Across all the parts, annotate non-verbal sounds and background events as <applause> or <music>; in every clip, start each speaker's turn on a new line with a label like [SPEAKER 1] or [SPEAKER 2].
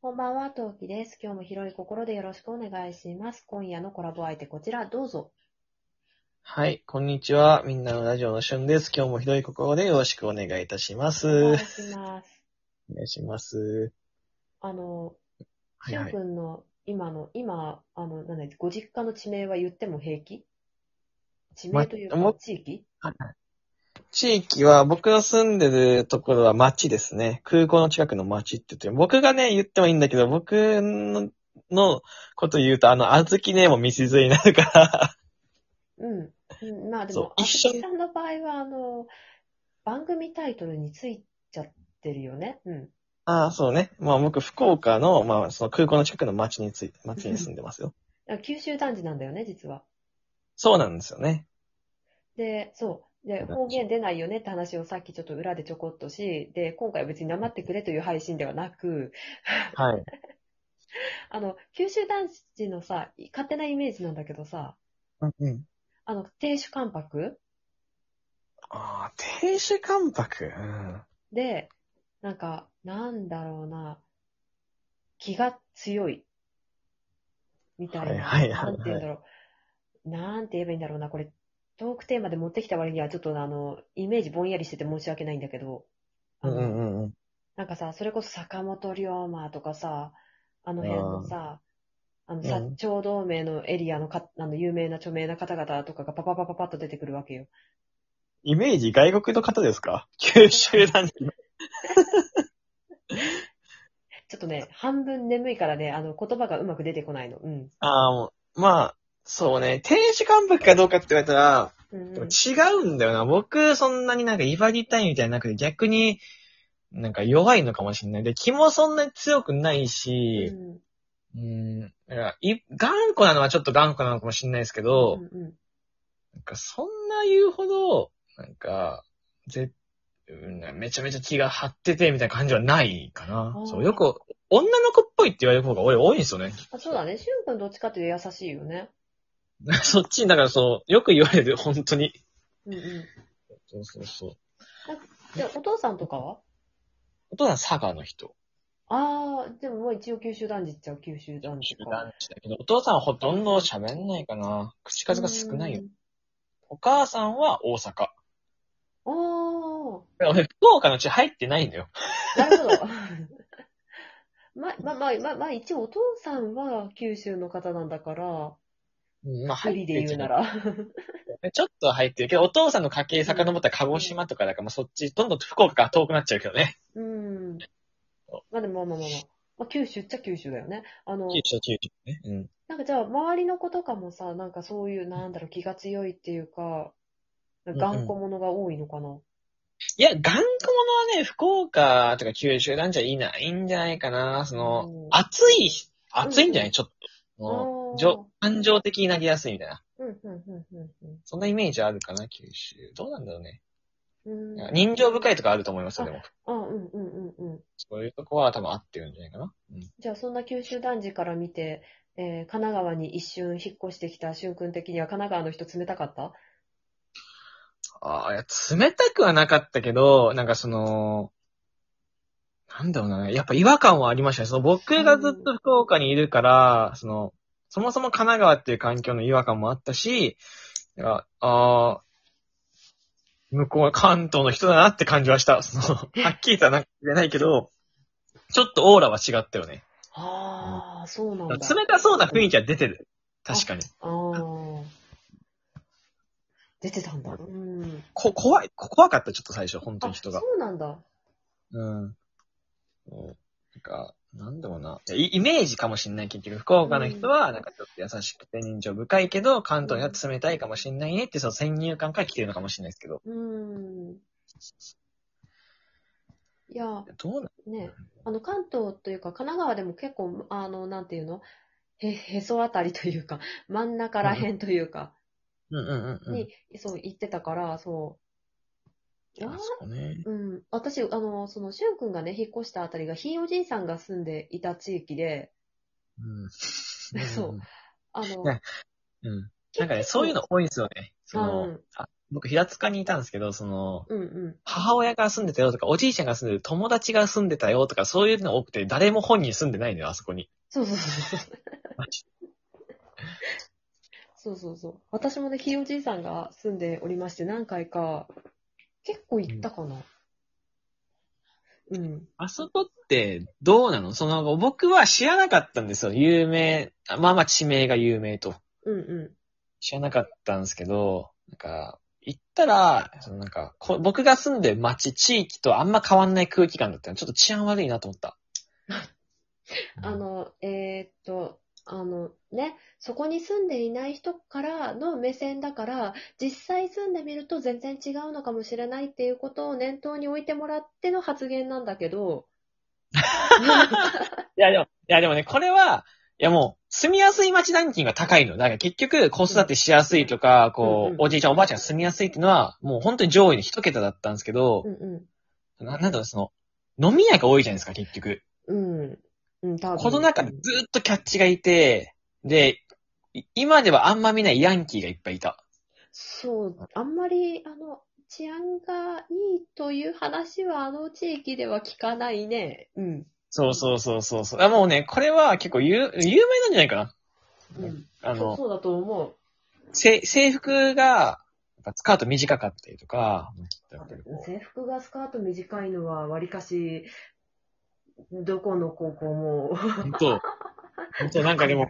[SPEAKER 1] こんばんは、トウキです。今日も広い心でよろしくお願いします。今夜のコラボ相手こちら、どうぞ。
[SPEAKER 2] はい、こんにちは。みんなのラジオのしゅんです。今日もひどい心でよろしくお願いいたしま
[SPEAKER 1] お願
[SPEAKER 2] す
[SPEAKER 1] い。します。
[SPEAKER 2] お願いします。
[SPEAKER 1] あの、
[SPEAKER 2] は
[SPEAKER 1] し
[SPEAKER 2] い
[SPEAKER 1] ゅ
[SPEAKER 2] は
[SPEAKER 1] ん
[SPEAKER 2] い。
[SPEAKER 1] くんの今の、今、あの、なんだっけご実家の地名は言っても平気地名というか、
[SPEAKER 2] まも
[SPEAKER 1] 地域
[SPEAKER 2] 地域は、僕の住んでるところは町ですね。空港の近くの町って言って、僕がね、言ってもいいんだけど、僕ののこと言うと、あの、あずきね、もう道連れになる <laughs> から、
[SPEAKER 1] うんうん。まあで
[SPEAKER 2] そう
[SPEAKER 1] も、あ
[SPEAKER 2] 一緒
[SPEAKER 1] ず
[SPEAKER 2] に
[SPEAKER 1] きさんの場合は、あの、番組タイトルについちゃってるよね。うん。
[SPEAKER 2] ああ、そうね。まあ僕、福岡の、まあその空港の近くの町につい、町に住んでますよ。
[SPEAKER 1] あ九州男児なんだよね、実は。
[SPEAKER 2] そうなんですよね。
[SPEAKER 1] で、そう。で、
[SPEAKER 2] そうだ
[SPEAKER 1] 方言出ないよねって話をさっきちょっと裏でちょこっとし、で、今回は別に黙ってくれという配信ではなく、
[SPEAKER 2] はい。
[SPEAKER 1] あの、九州男児のさ、勝手なイメージなんだけどさ、
[SPEAKER 2] うんうん。
[SPEAKER 1] あの、亭主関白
[SPEAKER 2] ああ、亭主関白。うん。
[SPEAKER 1] で、なんか、なんだろうな、気が強い。みたいな。
[SPEAKER 2] はいはいはいは
[SPEAKER 1] なん
[SPEAKER 2] い
[SPEAKER 1] て言うんだろう。なんて言えばいいんだろうな、これ、トークテーマで持ってきた割には、ちょっとあの、イメージぼんやりしてて申し訳ないんだけど、
[SPEAKER 2] うんうんうんうん。
[SPEAKER 1] なんかさ、それこそ坂本龍馬とかさ、あの辺のさ、あのさ
[SPEAKER 2] う、ん
[SPEAKER 1] 超同盟のエリアのか、あの、有名な著名な方々とかがパパパパパッと出てくるわけよ。
[SPEAKER 2] イメージ外国の方ですか九州男児の。
[SPEAKER 1] ちょっとね、半分眠いからね、あの、言葉がうまく出てこないの。うん。
[SPEAKER 2] ああ、もう、まあ、そうね。天使関白かどうかって言われたら、
[SPEAKER 1] うん
[SPEAKER 2] で
[SPEAKER 1] う
[SPEAKER 2] も
[SPEAKER 1] ん、
[SPEAKER 2] 違うんだよな。僕、そんなになんか威張りたいみたいなくて、逆に、なんか弱いのかもしれない。で、気もそんなに強くないし、
[SPEAKER 1] うん
[SPEAKER 2] うん、だからい頑固なのはちょっと頑固なのかもしれないですけど、
[SPEAKER 1] うんうん
[SPEAKER 2] なんかそんな言うほど、なんか、ぜ、うんめちゃめちゃ気が張っててみたいな感じはないかな
[SPEAKER 1] あ。ー
[SPEAKER 2] そう、よく、女の子っぽいって言われる方が俺多いんですよね。
[SPEAKER 1] あそうだね。しゅんくんどっちかっていうと優しいよね。
[SPEAKER 2] <laughs> そっちに、だからそう、よく言われる、本当に。
[SPEAKER 1] うんうん。
[SPEAKER 2] そうそうそう。
[SPEAKER 1] で、お父さんとかは
[SPEAKER 2] お父さん佐賀の人。
[SPEAKER 1] ああ、でももう一応九州男児っちゃ九州男児か。
[SPEAKER 2] だけど、お父さんはほとんど喋んないかな。口数が少ないよ。お母さんは大阪。
[SPEAKER 1] うん。ああ。
[SPEAKER 2] 俺、福岡のうち入ってないんだよ。
[SPEAKER 1] なるほど。ま、ま、ま、ま、ま、一応お父さんは九州の方なんだから、
[SPEAKER 2] うんまあ、
[SPEAKER 1] 一人
[SPEAKER 2] 入って
[SPEAKER 1] で言うなら。
[SPEAKER 2] ねちょっとは入ってるけど、お父さんの家系遡ったら鹿児島とかだから、まあそっち、どんどん福岡から遠くなっちゃうけどね。
[SPEAKER 1] うん。まあでもまあまあまあまあ、まあ、九州っちゃ九州だよね。あの、
[SPEAKER 2] 九州、九州ね。うん。
[SPEAKER 1] なんかじゃあ周りの子とかもさ、なんかそういう、なんだろう、気が強いっていうか、頑固者が多いのかな。
[SPEAKER 2] いや、頑固者はね、福岡とか九州なんじゃいないんじゃないかな。その、
[SPEAKER 1] うん
[SPEAKER 2] 暑い、暑いんじゃないちょっと。
[SPEAKER 1] あ
[SPEAKER 2] も
[SPEAKER 1] ー
[SPEAKER 2] うじょ感情的になりやすいみたいな。
[SPEAKER 1] うん、うん、うん、うん
[SPEAKER 2] そんなイメージあるかな、九州。どうなんだろうね。
[SPEAKER 1] うん。うん。
[SPEAKER 2] 人情深いとかあると思いますよ、でも。
[SPEAKER 1] あ、うん、うん、うん、うん。
[SPEAKER 2] そういうとこは多分合ってるんじゃないかな。うん。
[SPEAKER 1] じゃあそんな九州男児から見て、えー、神奈川に一瞬引っ越してきた俊君的には神奈川の人冷たかった
[SPEAKER 2] ああ、いや、冷たくはなかったけど、なんかその、なんだろうな、やっぱ違和感はありましたね。その僕がずっと福岡にいるから、その、そもそも神奈川っていう環境の違和感もあったし、いやああ、向こうは関東の人だなって感じはした。その、
[SPEAKER 1] <laughs>
[SPEAKER 2] はっきりとはなんか言えないけど、ちょっとオーラは違ったよね。
[SPEAKER 1] ああ、そうなんだ。
[SPEAKER 2] 冷たそうな雰囲気は出てる。確かに。
[SPEAKER 1] ああ。出てたんだ。うん。
[SPEAKER 2] こ、怖い、こ怖かった、ちょっと最初、本当
[SPEAKER 1] あ、
[SPEAKER 2] に
[SPEAKER 1] そ
[SPEAKER 2] 人が。
[SPEAKER 1] うなんだ。
[SPEAKER 2] うん。そうなんか、なんだろうな。いイメージかもしんない、結局。福岡の人は、なんかちょっと優しくて人情深いけど、関東には冷たいかもしんないねって、その先入観から来てるのかもしんないですけど。
[SPEAKER 1] うん。いや、
[SPEAKER 2] どうなん
[SPEAKER 1] ね、あの、関東というか、神奈川でも結構、あの、なんていうのへ、へそあたりというか、真ん中らへんというか、
[SPEAKER 2] うんうんうんうん。
[SPEAKER 1] に、そう、行ってたから、そう。
[SPEAKER 2] あそうね。
[SPEAKER 1] うん、私、あの、その、しゅんくんがね、引っ越したあたりが、ひいおじいさんが住んでいた地域で、
[SPEAKER 2] <laughs> うん。
[SPEAKER 1] そう。あの、
[SPEAKER 2] ねなんかね、そういうの多いんですよね。その、
[SPEAKER 1] うん
[SPEAKER 2] あ僕、平塚にいたんですけど、その、
[SPEAKER 1] うんう
[SPEAKER 2] 母親が住んでたよとか、おじいちゃんが住んでる、友達が住んでたよとか、そういうの多くて、誰も本人住んでないのよ、あそこに。
[SPEAKER 1] そうそうそうそう。そうそうそう。私もね、ひいおじいさんが住んでおりまして、何回か、結構行ったかな。うん。
[SPEAKER 2] あそこって、どうなのその、僕は知らなかったんですよ。有名、あまあまあ地名が有名と。
[SPEAKER 1] うんう
[SPEAKER 2] 知らなかったんですけど、なんか、行ったら、そのなんかこ、僕が住んでる町、地域とあんま変わんない空気感だったの。ちょっと治安悪いなと思った。
[SPEAKER 1] ん。 <laughs> あの、えーっと、あのね、そこに住んでいない人からの目線だから、実際住んでみると全然違うのかもしれないっていうことを念頭に置いてもらっての発言なんだけど、
[SPEAKER 2] いやでも、いやでもね、これは、いやもう、住みやすい街ランキングが高いの。だから結局、子育てしやすいとか、こ
[SPEAKER 1] うん
[SPEAKER 2] う
[SPEAKER 1] う、ん
[SPEAKER 2] おじいちゃんおばあちゃんが住みやすいっていうのは、もう本当に上位で一桁だったんですけど
[SPEAKER 1] う、ん
[SPEAKER 2] ななんだろう、その、飲み屋が多いじゃないですか、結局。
[SPEAKER 1] うん。うん。うん、多分
[SPEAKER 2] この中にずっとキャッチがいて、で、い今ではあんま見ないヤンキーがいっぱいいた。
[SPEAKER 1] そう、あんまり、あの、治安がいいという話は、あの地域では聞かないね。うん。
[SPEAKER 2] そうそうそうそうそう。あもうね、これは結構有有名なんじゃないかな。
[SPEAKER 1] うん、
[SPEAKER 2] あ
[SPEAKER 1] そう
[SPEAKER 2] の、
[SPEAKER 1] そうだと思う。
[SPEAKER 2] せ制服が、やっぱスカート短かったりとか、
[SPEAKER 1] 制服がスカート短いのは、わりかし、どこの高校も。
[SPEAKER 2] 本当本当なんかでも、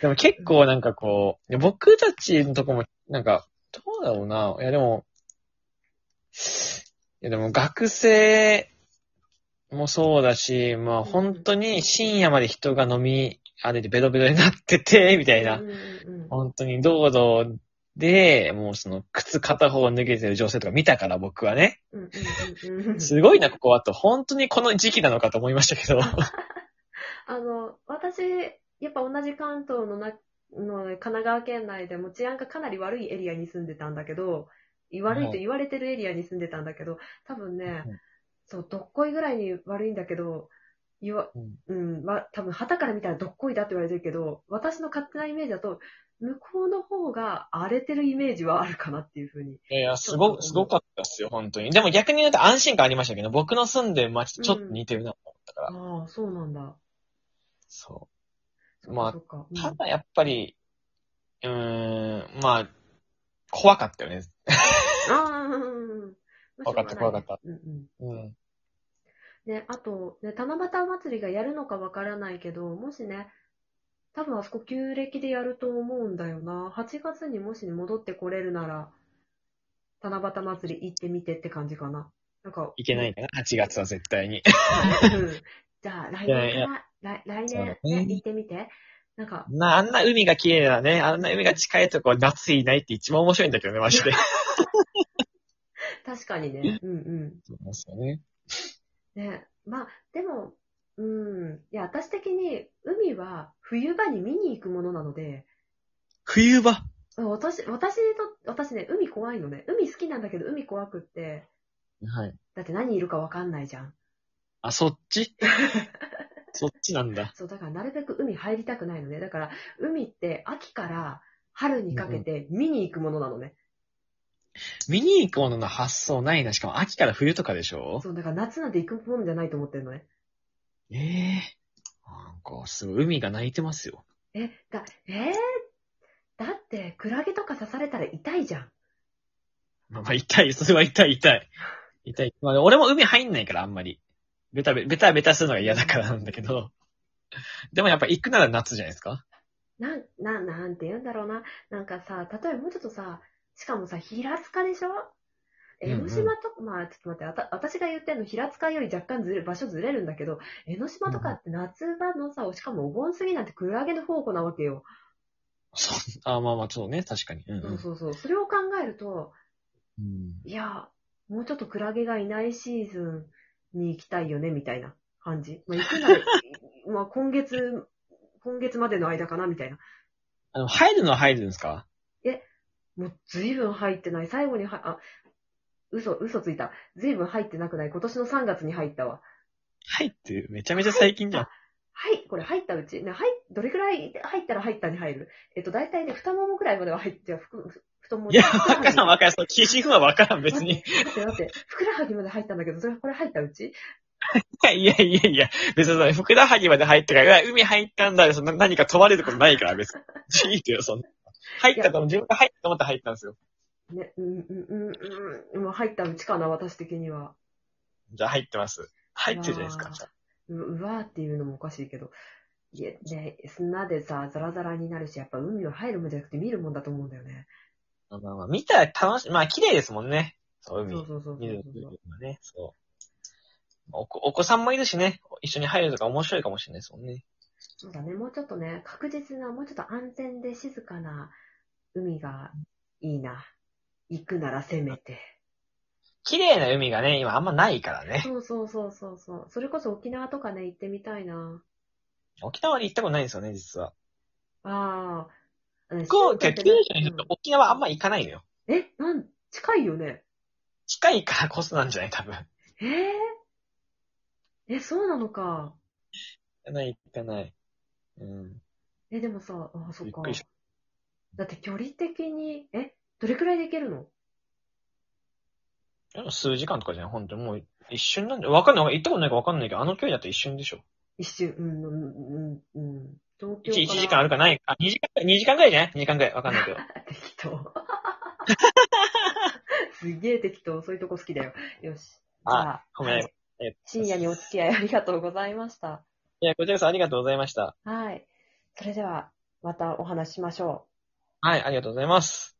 [SPEAKER 2] でも結構なんかこう、いや僕たちのとこも、なんか、どうだろうな。いやでも、いやでも学生もそうだし、まあ本当に深夜まで人が飲み歩いてベロベロになってて、みたいな
[SPEAKER 1] うん。うんうん
[SPEAKER 2] 本当に道路で、もうその靴片方脱げてる女性とか見たから僕はね、
[SPEAKER 1] うんうんうんうん
[SPEAKER 2] すごいなここはと、本当にこの時期なのかと思いましたけど。
[SPEAKER 1] あの、私、やっぱ同じ関東のな、の神奈川県内でも治安がかなり悪いエリアに住んでたんだけど、悪いと言われてるエリアに住んでたんだけど、多分ね、そう、どっこいぐらいに悪いんだけど、言わ、うん、ま、多分旗から見たらどっこいだって言われてるけど、私の勝手なイメージだと、向こうの方が荒れてるイメージはあるかなっていうふうに。
[SPEAKER 2] いやいや、すご、すごかったっすよ、本当に。でも逆に言うと安心感ありましたけど、僕の住んでる街とちょっと似てるなと思ったから。
[SPEAKER 1] ああ、そうなんだ。
[SPEAKER 2] そ
[SPEAKER 1] そっか
[SPEAKER 2] まあ
[SPEAKER 1] そっか
[SPEAKER 2] う。ただやっぱり、うーん、まあ、怖かったよね。
[SPEAKER 1] ああー、うんうんうん。
[SPEAKER 2] 怖かった怖かった
[SPEAKER 1] うんうん。
[SPEAKER 2] うん。
[SPEAKER 1] ね、あと、ね、七夕祭りがやるのかわからないけど、もしね、多分あそこ旧暦でやると思うんだよな。8月にもし戻ってこれるなら、七夕祭り行ってみてって感じかな。なんか、
[SPEAKER 2] いけないかな、8月は絶対
[SPEAKER 1] う
[SPEAKER 2] に。
[SPEAKER 1] ん。じゃあ、来
[SPEAKER 2] いやい
[SPEAKER 1] 年
[SPEAKER 2] や
[SPEAKER 1] かな、来来
[SPEAKER 2] そうだ
[SPEAKER 1] 年、
[SPEAKER 2] ね
[SPEAKER 1] ね、行ってみて。なんか、
[SPEAKER 2] な、あんな海が綺麗だね、あんな海が近いとこ夏いないって一番面白いんだけどね、マジで。
[SPEAKER 1] 確かにね、うんうん。
[SPEAKER 2] そうなんですよね。
[SPEAKER 1] ね、まあ、でも、うん、いや、私的に、海は冬場に見に行くものなので、
[SPEAKER 2] 冬場
[SPEAKER 1] 私、私にと、私ね、海怖いのね。海好きなんだけど、海怖くって、
[SPEAKER 2] はい。
[SPEAKER 1] だって何いるかわかんないじゃん。
[SPEAKER 2] あ、そっ <laughs> ちそっちなんだ。
[SPEAKER 1] そう、だからなるべく海入りたくないのね。だから、海って秋から春にかけて見に行くものなのね。
[SPEAKER 2] 見に行くものの発想ないな、しかも秋から冬とかでしょ
[SPEAKER 1] そう、だから夏なんて行くもんじゃないと思ってるのね。
[SPEAKER 2] ええなんか、すごい、海が泣いてますよ。
[SPEAKER 1] え、だ、えーだって、クラゲとか刺されたら痛いじゃん。
[SPEAKER 2] まあまあ、痛い、それは痛い、痛い。痛い。まあ、俺も海入んないから、あんまり。ベタベ、ベタベタするのが嫌だからなんだけど。でもやっぱ行くなら夏じゃないですか
[SPEAKER 1] なん、なん、なんて言うんだろうな。なんかさ、例えばもうちょっとさ、しかもさ、平塚でしょ江ノ島と、まあちょっと待って、あた、私が言ってんの平塚より若干ずれ、場所ずれるんだけど、江ノ島とかって夏場のさ、しかもお盆過ぎなんてクラゲの宝庫なわけよ。
[SPEAKER 2] そう。あまあまあ、そうね、確かに。うん、
[SPEAKER 1] そうそうそう。それを考えると、
[SPEAKER 2] うん。
[SPEAKER 1] いや、もうちょっとクラゲがいないシーズンに行きたいよね、みたいな感じ。まあ行くなら、 <laughs> まあ今月、今月までの間かな、みたいな。
[SPEAKER 2] あの、入るのは入るんですか
[SPEAKER 1] もう随分入ってない。最後には、あ、嘘、嘘ついた。随分入ってなくない。今年の3月に入ったわ。
[SPEAKER 2] 入ってる。めちゃめちゃ最近じゃん。
[SPEAKER 1] はい、これ入ったうち。ね、はい、どれくらい入ったら入ったに入るえっと、だいたいね、太ももぐらいまでは入って、ふくふともう。
[SPEAKER 2] いや、
[SPEAKER 1] ふくら
[SPEAKER 2] わ
[SPEAKER 1] はぎ
[SPEAKER 2] からんわからん。その基準はわからん、別
[SPEAKER 1] 待
[SPEAKER 2] に。
[SPEAKER 1] って待って、ふくらはぎまで入ったんだけど、それこれ入ったうち
[SPEAKER 2] いやいやいや、別にそのふくらはぎまで入ったから、うわ海入ったんだ、そんな何か問われることないから、別に。いいけど、そんな。入ったと思う、自分が入ったと思って入ったんですよ。
[SPEAKER 1] ね、うん、うん、うん、うん、もう入ったうちかな、私的には。
[SPEAKER 2] じゃあ入ってます。入ってるじゃないですか
[SPEAKER 1] あー。
[SPEAKER 2] じゃあ
[SPEAKER 1] ううわーっていうのもおかしいけど。いや、ね、砂でさ、ザラザラになるし、やっぱ海を入るもんじゃなくて見るもんだと思うんだよね。
[SPEAKER 2] まあまあまあ、見たら楽しい。まあ、綺麗ですもんね。そう、海。
[SPEAKER 1] そうそうそうそう
[SPEAKER 2] 見る見るのがね、そう。お子お子さんもいるしね、一緒に入るとか面白いかもしれないですもんね。
[SPEAKER 1] そうだね、もうちょっとね、確実な、もうちょっと安全で静かな海がいいな。行くならせめて。
[SPEAKER 2] 綺麗な海がね、今あんまないからね。
[SPEAKER 1] そうそうそうそうそう。それこそ沖縄とかね、行ってみたいな。
[SPEAKER 2] 沖縄に行ったことないんですよね、実は。
[SPEAKER 1] ああ。ね
[SPEAKER 2] 福岡、
[SPEAKER 1] 新
[SPEAKER 2] 九
[SPEAKER 1] 幹
[SPEAKER 2] 州
[SPEAKER 1] 線ね
[SPEAKER 2] の人って沖縄あんま行かないのよ。
[SPEAKER 1] うんえ、なん、近いよね。
[SPEAKER 2] 近いからこそなんじゃない多分。行
[SPEAKER 1] えー、え、そうなのか。
[SPEAKER 2] かない、行かない。うん。
[SPEAKER 1] え、でもさ、あ、そっか
[SPEAKER 2] びっくりし。
[SPEAKER 1] だって距離的に、え、どれくらいで行けるの
[SPEAKER 2] でも数時間とかじゃない本当にもう一瞬なんで、わかんない。行ったことないからわかんないけど、あの距離だと一瞬でしょ。
[SPEAKER 1] 一瞬、うん、うん、うん、うん。東京
[SPEAKER 2] 一
[SPEAKER 1] から。
[SPEAKER 2] 1時間あるかないあ、2時間、二時間ぐらいじゃない ?2 時間ぐらい。わかんないけど。
[SPEAKER 1] 適当。 <laughs> すげえ適当。そういうとこ好きだよ。よし。じゃあ、
[SPEAKER 2] ごめんなさい。
[SPEAKER 1] 深夜にお付き合いありがとうございました。
[SPEAKER 2] いや、こちらこそありがとうございました。
[SPEAKER 1] はい。それでは、またお話ししましょう。
[SPEAKER 2] はい、ありがとうございます。